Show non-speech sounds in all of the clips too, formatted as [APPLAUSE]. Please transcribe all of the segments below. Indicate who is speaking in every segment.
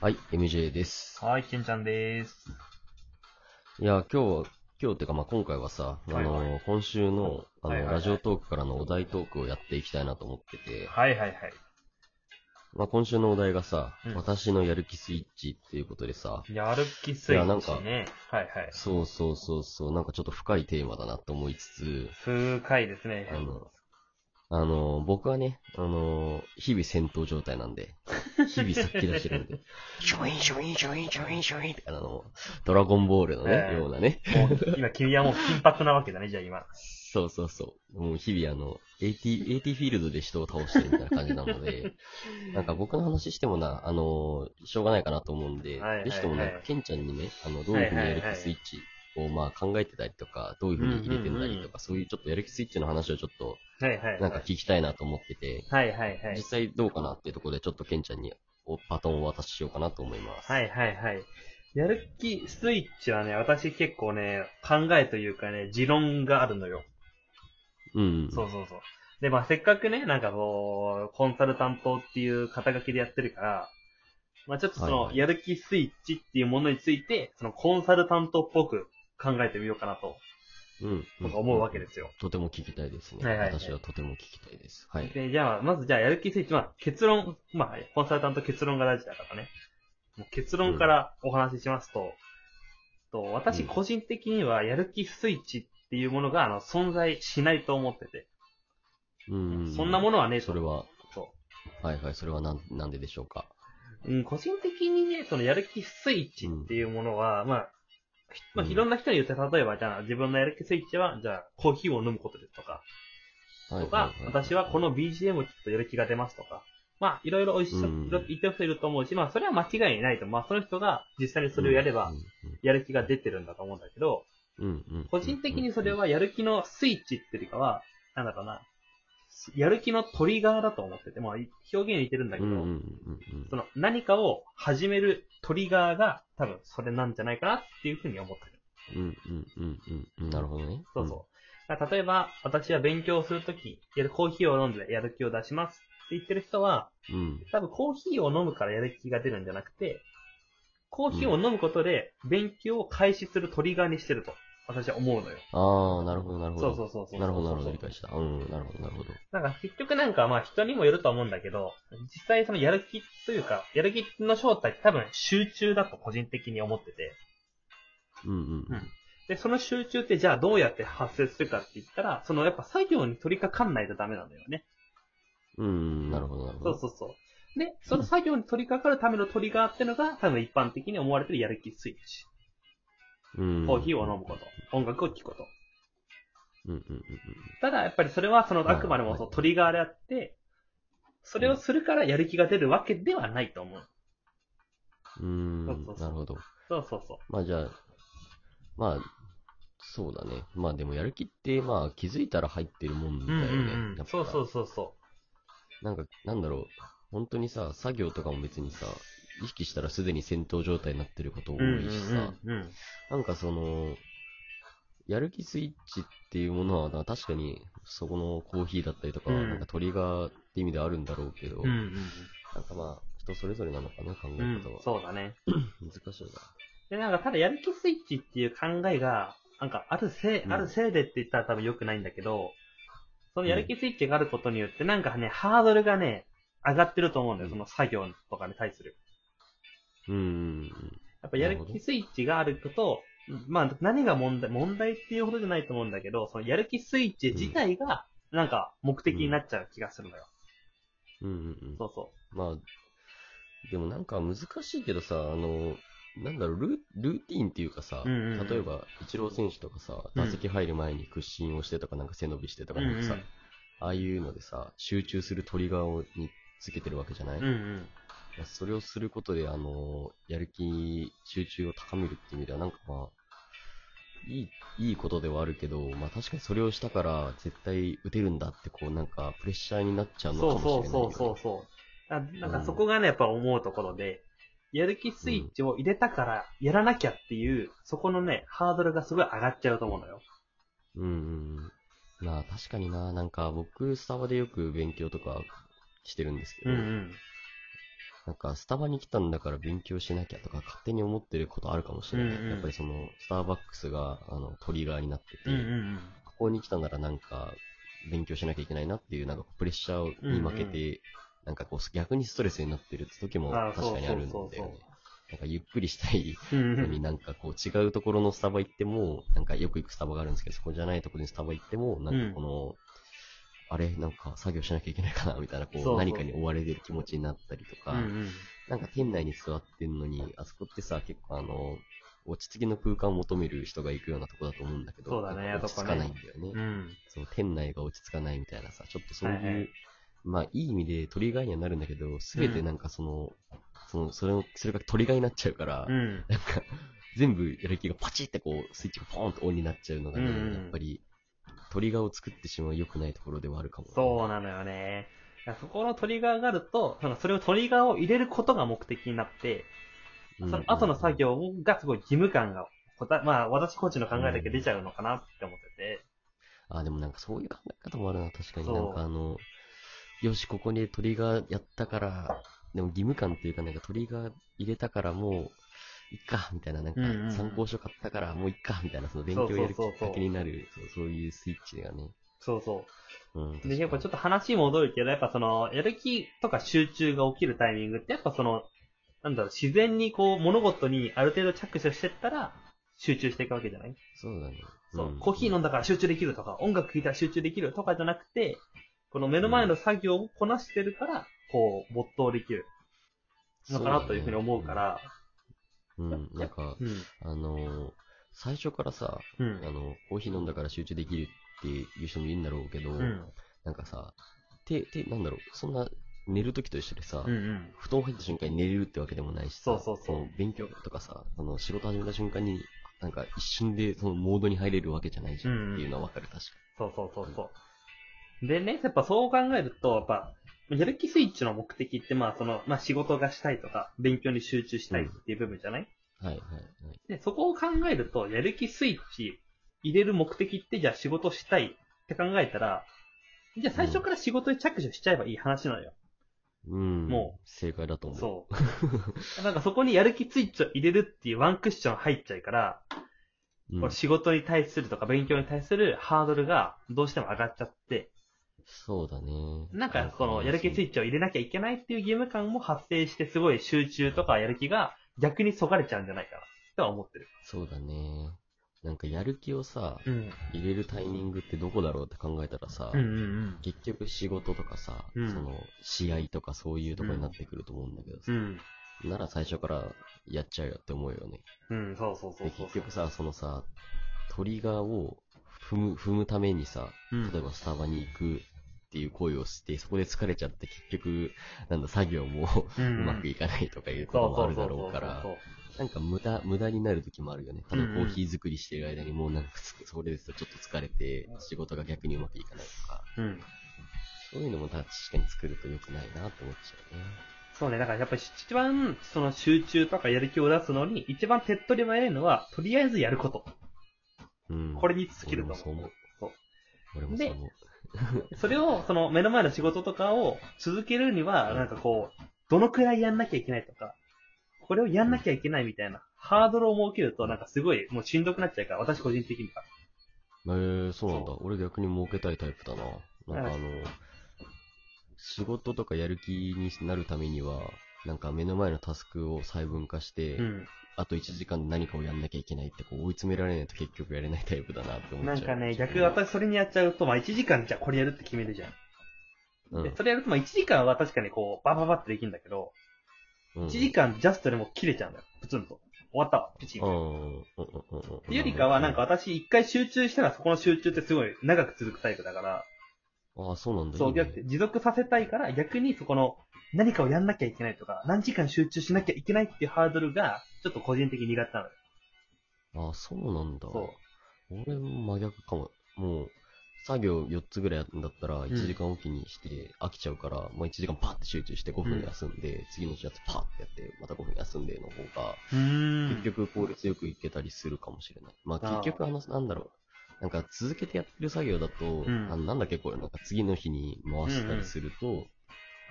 Speaker 1: はい、MJ です。
Speaker 2: はい、けんちゃんでーす。
Speaker 1: いや、今日は、今日ってか、まあ、今回はさ、あの、
Speaker 2: はいは
Speaker 1: 今週の、あの、
Speaker 2: はいはいはい
Speaker 1: ラジオトークからのお題トークをやっていきたいなと思ってて、
Speaker 2: はいはいはい。
Speaker 1: まあ、今週のお題がさ、
Speaker 2: うん
Speaker 1: 私のやる気スイッチっていうことでさ、
Speaker 2: やる気スイ
Speaker 1: いやなん
Speaker 2: ッ
Speaker 1: か
Speaker 2: チね。はいはい。
Speaker 1: そうそうそうそう、なんかちょっと深いテーマだなって思いつつ、
Speaker 2: 深いですね。
Speaker 1: あの、あの、僕はね、あの、日々戦闘状態なんで、日々さっき出してるん
Speaker 2: [LAUGHS]
Speaker 1: で、シュインシュインシュインシュインシュインって、あの、ドラゴンボールのね、
Speaker 2: ええ
Speaker 1: ようなね、
Speaker 2: もう今、君はもう金髪なわけだね、じゃあ今。
Speaker 1: そうそうそう。もう日々あの、AT、AT フィールドで人を倒してるみたいな感じなの
Speaker 2: [LAUGHS]
Speaker 1: で、なんか僕の話してもな、あの、しょうがないかなと思うんで、
Speaker 2: はいはいはい
Speaker 1: ぜひともなんか、ケンちゃんにね、あの、どういうふうにやる気スイッチをまあ考えてたりとか、どういうふうに入れてんだりとか、
Speaker 2: うんうんうん
Speaker 1: そういうちょっとやる気スイッチの話をちょっと、
Speaker 2: はいはい。
Speaker 1: なんか聞きたいなと思ってて、
Speaker 2: はいはいは
Speaker 1: 実
Speaker 2: い。
Speaker 1: 際どうかなっていうところでちょっとケンちゃんにおバトンをお渡ししようかなと思います。
Speaker 2: はいはいはい。やる気スイッチはね、私結構ね、考えというかね、持論があるのよ。
Speaker 1: うん。
Speaker 2: そうそうそう。で、まあせっかくね、なんかこう、コンサル担当っていう肩書きでやってるから、まあちょっとそ
Speaker 1: はい
Speaker 2: の、
Speaker 1: はい
Speaker 2: やる気スイッチっていうものについて、そのコンサル担当っぽく考えてみようかなと、
Speaker 1: うん。。
Speaker 2: とか思うわけですすよ。
Speaker 1: とても聞きたいですね。
Speaker 2: はいはいはい
Speaker 1: 私はとても聞きたいです。はい。
Speaker 2: で、じゃあ、まずじゃあやる気スイッチ、まあ結論、まあコンサルタント結論が大事だからね。もう結論からお話ししますと、と
Speaker 1: う
Speaker 2: 私
Speaker 1: ん
Speaker 2: 個人的にはやる気スイッチっていうものがあの存在しないと思ってて、
Speaker 1: うん。
Speaker 2: そんなものはねえと
Speaker 1: それは、
Speaker 2: そう。
Speaker 1: はいはい、それはなんなんででしょうか。
Speaker 2: うん、個人的にね、そのやる気スイッチっていうものは、まあ、ひまあ、
Speaker 1: うん
Speaker 2: いろんな人に言って、例えば、じゃあ、自分のやる気スイッチは、じゃあ、コーヒーを飲むことですとか、
Speaker 1: はい
Speaker 2: とか、私はこの BGM を聞くとやる気が出ますとか、まあ、いろいろおっしゃ
Speaker 1: うん
Speaker 2: 言ってる人いると思うし、まあ、それは間違いないと。まあ、その人が実際にそれをやれば、、やる気が出てるんだと思うんだけど、
Speaker 1: うんうんうんうん
Speaker 2: 個人的にそれ、はやる気のスイッチっていうよりかは、なんだかな、やる気のトリガーだと思ってて、まあ、表現似てるんだけ
Speaker 1: う
Speaker 2: ど、
Speaker 1: んうんうんうん
Speaker 2: その何かを始めるトリガーが多分それなんじゃないかなっていうふうに思ってる。
Speaker 1: うんうんうんうんうんなるほどね。
Speaker 2: そうそう。だから例えば、私は勉強するとき、やるコーヒーを飲んでやる気を出しますって言ってる人は、
Speaker 1: うん。うん。
Speaker 2: 多分コーヒーを飲むからやる気が出るんじゃなくて、コーヒーを飲むことで勉強を開始するトリガーにしてると、私は思うのよ。
Speaker 1: ああ、なるほど、なるほど。
Speaker 2: そうそうそうそう。
Speaker 1: なるほど、なるほど、理解した。うん、なるほど、なるほど。
Speaker 2: なんか結局なんかまあ人にもよると思うんだけど、実際そのやる気というか、やる気の正体って多分集中だと個人的に思ってて。
Speaker 1: うんうん。
Speaker 2: で、その集中ってじゃあどうやって発生するかって言ったら、そのやっぱ作業に取り掛かんないとダメなんだよね。
Speaker 1: うんうん、なるほど、なるほ
Speaker 2: そ
Speaker 1: ど。
Speaker 2: うそうそう。で、その作業に取り掛かるためのトリガーってのが、多分一般的に思われてるやる気スイッチ。
Speaker 1: うん。
Speaker 2: コーヒーを飲むこと、音楽を聴くこと。
Speaker 1: うんうんうんうん。
Speaker 2: ただ、やっぱりそれはそのあくまでもそのトリガーであって、それをするからやる気が出るわけではないと思う。
Speaker 1: うー
Speaker 2: そうんそう、そ
Speaker 1: な
Speaker 2: う
Speaker 1: るほど。
Speaker 2: そうそうそう。
Speaker 1: まあじゃあ、まあ、そうだね。まあでもやる気って、まあ気づいたら入ってるもんだよね。やっぱ
Speaker 2: そうそうそうそ
Speaker 1: なんか、なんだろう、本当にさ、作業とかも別にさ、意識したらすでに戦闘状態になってること多
Speaker 2: う。うんう
Speaker 1: いしさ、
Speaker 2: んうんうん。
Speaker 1: なんかその、やる気スイッチっていうものは、な確かに、そこのコーヒーだったりとか、
Speaker 2: うん
Speaker 1: なんかトリガーって意味であるんだろうけど、
Speaker 2: うんうん
Speaker 1: なんかまあ、人それぞれなのかな、考え
Speaker 2: うん。うん
Speaker 1: 方は。
Speaker 2: そうだね。
Speaker 1: 難しいな。
Speaker 2: で、なんか、ただやる気スイッチっていう考えが、なんか、あるせい、
Speaker 1: うん
Speaker 2: あるせいでって言ったら多分良くないんだけど、そのやる気スイッチがあることによって、なんかね、ハードルがね、上がってると思うんだよ、
Speaker 1: うん
Speaker 2: その作業とかに対する。
Speaker 1: うんうん
Speaker 2: やっぱやる
Speaker 1: なるほ
Speaker 2: 気
Speaker 1: ど
Speaker 2: スイッチがあること、まあ、何が問題、問題っていうほどじゃないと思うんだけど、そのやる気スイッチ自体が、なんか、目的になっちゃう気がするのよ。
Speaker 1: うん。うんうんうん。
Speaker 2: そうそ
Speaker 1: まあ、でもなんか難しいけどさ、あの、なんだろう、ルールーティンっていうかさ、
Speaker 2: うんうんうん
Speaker 1: 例えば、イチロー選手とかさ、
Speaker 2: うん
Speaker 1: 打席入る前に屈伸をしてとか、なんか背伸びしてと
Speaker 2: う。
Speaker 1: か、
Speaker 2: うん
Speaker 1: なん
Speaker 2: う
Speaker 1: か
Speaker 2: ん
Speaker 1: さ、。ああいうのでさ、集中するトリガーをにつけてるわけじゃない、
Speaker 2: うんうん。
Speaker 1: まあそれをすることで、あの、やる気、集中を高めるっていう意味では、なんかまあ、いい、いいことではあるけど、まあ確かにそれをしたから、絶対打てるんだって、こうなんか、プレッシャーになっちゃうのか
Speaker 2: そ
Speaker 1: も
Speaker 2: う
Speaker 1: しれない
Speaker 2: そ
Speaker 1: よ
Speaker 2: う
Speaker 1: ね、
Speaker 2: そうそうそう。ななんかそこがね、やっぱ思うところで、やる気スイッチを入れたからやらなきゃっていう、そこのね、ハードルがすごい上がっちゃうと思うのよ。
Speaker 1: うんうんうん。まあ確かにな、なんか僕、スタバでよく勉強とかしてるんですけど、なんか、スタバに来たんだから勉強しなきゃとか、勝手に思ってることあるかもしれない。
Speaker 2: うんうん
Speaker 1: やっぱりその、スターバックスが、あの、トリガーになってて、
Speaker 2: うんうんうん。
Speaker 1: ここに来たならなんか、勉強しなきゃいけないなっていう、なんかプレッシャーに負けて、なんかこう、逆にストレスになってるって時も
Speaker 2: あー
Speaker 1: 確かにあるんだ
Speaker 2: そ
Speaker 1: よ
Speaker 2: うそうそう
Speaker 1: ね。なんかゆっくりしたい
Speaker 2: うんう
Speaker 1: の
Speaker 2: ん
Speaker 1: になんかこう、違うところのスタバ行っても、なんかよく行くスタバがあるんですけど、そこじゃないところにスタバ行っても、なんかこの、あれなんか作業しなきゃいけないかなみたいな、こ
Speaker 2: そうそう
Speaker 1: う、何かに追われてる気持ちになったりとか、
Speaker 2: うん
Speaker 1: なんか店内に座ってんのに、あそこってさ、結構あの、落ち着きの空間を求める人が行くようなとこだと思うんだけど、
Speaker 2: そうだね
Speaker 1: なんか落ち着かないんだよね。
Speaker 2: うん。うん。
Speaker 1: そう、店内が落ち着かないみたいなさ、ちょっとそういう、
Speaker 2: はいはい
Speaker 1: まあいい意味でトリガーにはなるんだけど、すべてなんかその、その、それを、それがトリガーになっちゃうから、
Speaker 2: うん。
Speaker 1: なんか、全部やる気がパチってこう、スイッチがポーンとオンになっちゃうのがね、
Speaker 2: うんうん
Speaker 1: やっぱり、トリガーを作ってしまう良くないところではあるかも、
Speaker 2: そうなのよね。だからそこのトリガーがあると、なんかそれをトリガーを入れることが目的になって、
Speaker 1: う
Speaker 2: そ
Speaker 1: ん
Speaker 2: の後の作業がすごい義務感が、こたまあ私コーチの考えだけ出ちゃうのかなって思ってて。
Speaker 1: あ、でもなんかそういう考え方もあるな、確かに。
Speaker 2: そう
Speaker 1: なんかあの、よし、ここにトリガーやったから、でも義務感っていうか、なんかトリガー入れたからもう、いっか、みたいな、なんか
Speaker 2: うんうんうん
Speaker 1: 参考書買ったからもういっか、みたいな、その勉
Speaker 2: そう
Speaker 1: 強やるき
Speaker 2: そう
Speaker 1: っ
Speaker 2: そうそう
Speaker 1: かけになる、そうそういうスイッチがね。
Speaker 2: そうそう。
Speaker 1: うん、
Speaker 2: で、やっぱちょ
Speaker 1: っ
Speaker 2: っと話戻るけど、やっぱその、やる気とか集中が起きるタイミングって、やっぱその、なんだろう、自然にこう、物事にある程度着手してったら、集中していくわけじゃない
Speaker 1: と。そうだね。
Speaker 2: そう、
Speaker 1: ん
Speaker 2: コーヒー飲んだから集中できるとか、音楽聴いたら集中できるとかじゃなくて、この目の前の作業をこなしてるから、こう、没頭できるのかなというふうに思うか。ら、
Speaker 1: そうだねうん、なんか、
Speaker 2: うん、
Speaker 1: あのー最初からさ、
Speaker 2: う
Speaker 1: あ
Speaker 2: ん、
Speaker 1: の、コーヒー飲んだから集中できるっていう人もいるんだろうけど、
Speaker 2: うん、
Speaker 1: なんかさ、て、て、なんだろう、そんな、寝るときと一緒でさ、
Speaker 2: うん、うん、
Speaker 1: 布団入った瞬間に寝れるってわけでもないしさ、
Speaker 2: そうそうそう
Speaker 1: の勉強とかさ、その仕事始めた瞬間に、なんか一瞬でそのモードに入れるわけじゃないじゃ
Speaker 2: うんうん
Speaker 1: んっていうのはわかる、確か
Speaker 2: そうそうそうそう。でね、やっぱそう考えると、やっぱ、やる気スイッチの目的って、まあその、まあ仕事がしたいとか、勉強に集中したいっていう部分じゃない、
Speaker 1: に。はいはいはい。
Speaker 2: で、そこを考えると、やる気スイッチ入れる目的って、じゃあ仕事したいって考えたら、じゃあ最初から仕事に着手しちゃえばいい話なのよ。
Speaker 1: うん。
Speaker 2: も
Speaker 1: う。正解だと思う。
Speaker 2: そう。 [LAUGHS] なんかそこにやる気スイッチを入れるっていうワンクッション入っちゃうから、
Speaker 1: う
Speaker 2: こ
Speaker 1: ん
Speaker 2: れ。仕事に対するとか勉強に対するハードルがどうしても上がっちゃって、
Speaker 1: そうだね。
Speaker 2: なんか、その、やる気スイ
Speaker 1: い
Speaker 2: ッチを入れなきゃいけないっていう義務感も発生して、すごい集中とかやる気が逆にそがれちゃうんじゃないかな、とは思ってる。
Speaker 1: そうだね。なんかやる気をさ、
Speaker 2: うん。
Speaker 1: 入れるタイミングってどこだろうって考えたらさ、
Speaker 2: うんうん
Speaker 1: 結局仕事とかさ、
Speaker 2: うん
Speaker 1: その、試合とかそういうとこになってくると思うんだけど
Speaker 2: う
Speaker 1: さ、
Speaker 2: ん。
Speaker 1: なら最初からやっちゃうよって思うよね。
Speaker 2: うん。うん、そうそうそう
Speaker 1: で
Speaker 2: そう。
Speaker 1: 結局さ、そのさ、トリガーを踏む、踏むためにさ、
Speaker 2: うん
Speaker 1: 例えばスタバに行くっていう行為をして、そこで疲れちゃって結局、なんだ、作業も [LAUGHS]
Speaker 2: う
Speaker 1: うんまくいかないとかいうこともあるだろうか
Speaker 2: そ
Speaker 1: ら、
Speaker 2: う
Speaker 1: なんか無駄、無駄になる時もあるよね。ただ
Speaker 2: うん
Speaker 1: コーヒー作りしてる間にもうなんか、それでさ、ちょっと疲れて、仕事が逆にうまくいかないとか、
Speaker 2: そう。うん。
Speaker 1: そういうのも確かに作ると良くないなって思っちゃうね。
Speaker 2: そうね、だからやっぱり一番、その集中とかやる気を出すのに、一番手っ取り早いのは、とりあえずやること。
Speaker 1: うん。
Speaker 2: これに尽きると
Speaker 1: 俺もそう思
Speaker 2: 思
Speaker 1: う
Speaker 2: う。そう。
Speaker 1: 俺もそう思う。
Speaker 2: それを、その目の前の仕事とかを続けるには、なんかこう、どのくらいやんなきゃいけないとか、これをやんなきゃいけないみたいな、ハードルを設けると、なんかすごい、もうしんどくなっちゃうから、私個人的には。
Speaker 1: えー、そうなんだ
Speaker 2: そ。
Speaker 1: 俺逆に儲けたいタイプだな。なんかあの、仕事とかやる気になるためには、なんか目の前のタスクを細分化して、
Speaker 2: うん。
Speaker 1: あと1時間で何かをやんなきゃいけないってこう追い詰められないと結局やれないタイプだなって思っちゃ
Speaker 2: な
Speaker 1: う。
Speaker 2: んかね、逆、
Speaker 1: は、
Speaker 2: 私それにやっちゃうと、まあ1時間じゃあこれやるって決めるじゃん。
Speaker 1: うん、
Speaker 2: で、それやると、まあ1時間は確かにこう、バババってできるんだけど、
Speaker 1: うん、
Speaker 2: 1時間ジャストでもう切れちゃうんだよ。プツンと。終わったわ、プチン。
Speaker 1: うん
Speaker 2: っ
Speaker 1: うんうんうんうん。
Speaker 2: ていうよりかは、なんか、私一回集中したら、そこの集中ってすごい長く続くタイプだから、
Speaker 1: ああ、そうなんだ。
Speaker 2: そう、
Speaker 1: いいね
Speaker 2: 逆に持続させたいから、逆にそこの、何かをやんなきゃいけないとか、何時間集中しなきゃいけないっていうハードルが、ちょっと個人的に苦手なのよ。
Speaker 1: ああ、そうなんだ。
Speaker 2: そ
Speaker 1: 俺も真逆かも。もう、作業4つぐらいやるんだったら、1時間おきにして飽きちゃうから、まあ1時間パッて集中して5分休んで、次の日やつパッてやって、また5分休んでの方が、
Speaker 2: う。うん
Speaker 1: 結局効率よくいけたりするかもしれない。ま
Speaker 2: あ
Speaker 1: あ
Speaker 2: あ
Speaker 1: 結局あの、なんだろう。なんか続けてやってる作業だと、
Speaker 2: ん
Speaker 1: あのなんだっけこれ、なんか次の日に回したりすると、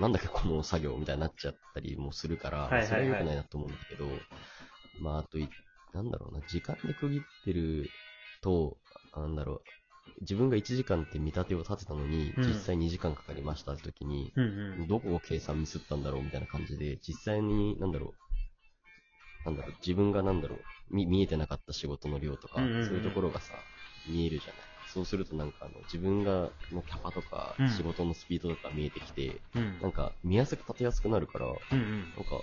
Speaker 1: なんだっけこの作業みたいになっちゃったりもするから、
Speaker 2: はいはいはい
Speaker 1: それは良くないなと思うんだけど、まあ、あとい、なんだろうな、時間で区切ってると、なんだろう、自分が1時間って見立てを立てたのに、
Speaker 2: うん
Speaker 1: 実際2時間かかりましたって時に、
Speaker 2: うんうん。
Speaker 1: どこを計算ミスったんだろうみたいな感じで、実際に、なんだろう、なんだろう、自分がなんだろう、み見えてなかった仕事の量とか、
Speaker 2: うんうんうん
Speaker 1: そういうところがさ、見えるじゃない。そうするとなんかあの、自分がのキャパとか
Speaker 2: うん、
Speaker 1: 仕事のスピードとか見えてきて、
Speaker 2: うん
Speaker 1: なんか見やすく立てやすくなるから、なん
Speaker 2: うんうん。
Speaker 1: か、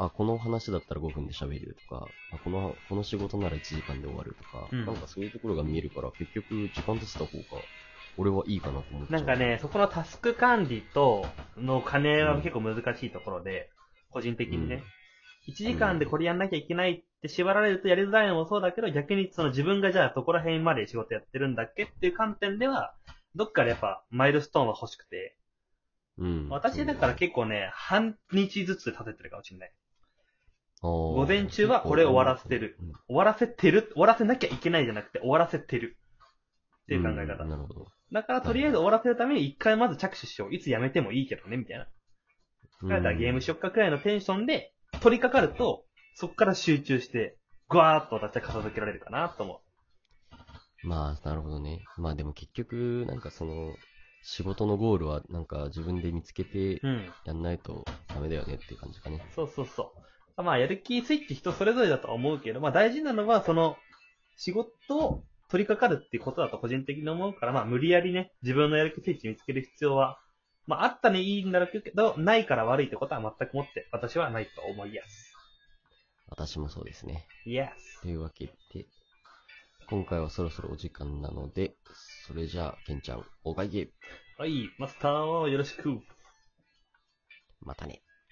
Speaker 1: あ、この話だったら5分で喋るとか、あこの、この仕事なら1時間で終わるとか、
Speaker 2: うん
Speaker 1: なんかそういうところが見えるから、結局時間立てた方が、俺はいいかなと思っちゃ
Speaker 2: な
Speaker 1: う。
Speaker 2: んかね、そこのタスク管理との兼ね合いは結構難しいところで、個人的にね、1時間でこれやんなきゃいけないって縛られるとやりづらいのもそうだけど、逆にその自分がじゃあどこら辺まで仕事やってるんだっけっていう観点では、どっかでやっぱマイルストーンは欲しくて、
Speaker 1: うん。
Speaker 2: 私だから結構ね、半日ずつ立ててるかもしれない。
Speaker 1: 午
Speaker 2: 午前中はこれ終わらせてる。終わらせてる、終わらせなきゃいけないじゃなくて終わらせてる。っていう考え方。
Speaker 1: んなるほど。
Speaker 2: だからとりあえず終わらせるために一回まず着手しよう。いつやめてもいいけどね、みたいな。疲れたらゲームし
Speaker 1: よ
Speaker 2: よっかくらいのテンションで取り掛かると、そこから集中して、ぐわーっと私は片付けられるかなと思
Speaker 1: うん。まあ、なるほどね。まあでも結局、なんかその、仕事のゴールはなんか自分で見つけて
Speaker 2: う。うん。
Speaker 1: やんないとダメだよねっていう感じかね。
Speaker 2: そうそうそう。まあ、やる気スイッチ人それぞれだとは思うけど、まあ大事なのは、その、仕事を取り掛かるっていうことだと個人的に思うから、まあ無理やりね、自分のやる気スイッチ見つける必要は、まああったねいいんだろうけど、ないから悪いってことは全くもって、私はないと思いやす。
Speaker 1: 私もそうですね。
Speaker 2: Yes.
Speaker 1: というわけで、今回はそろそろお時間なので、それじゃあ、ケンちゃん、お会計、
Speaker 2: はい、マスターをよろしく。
Speaker 1: またね。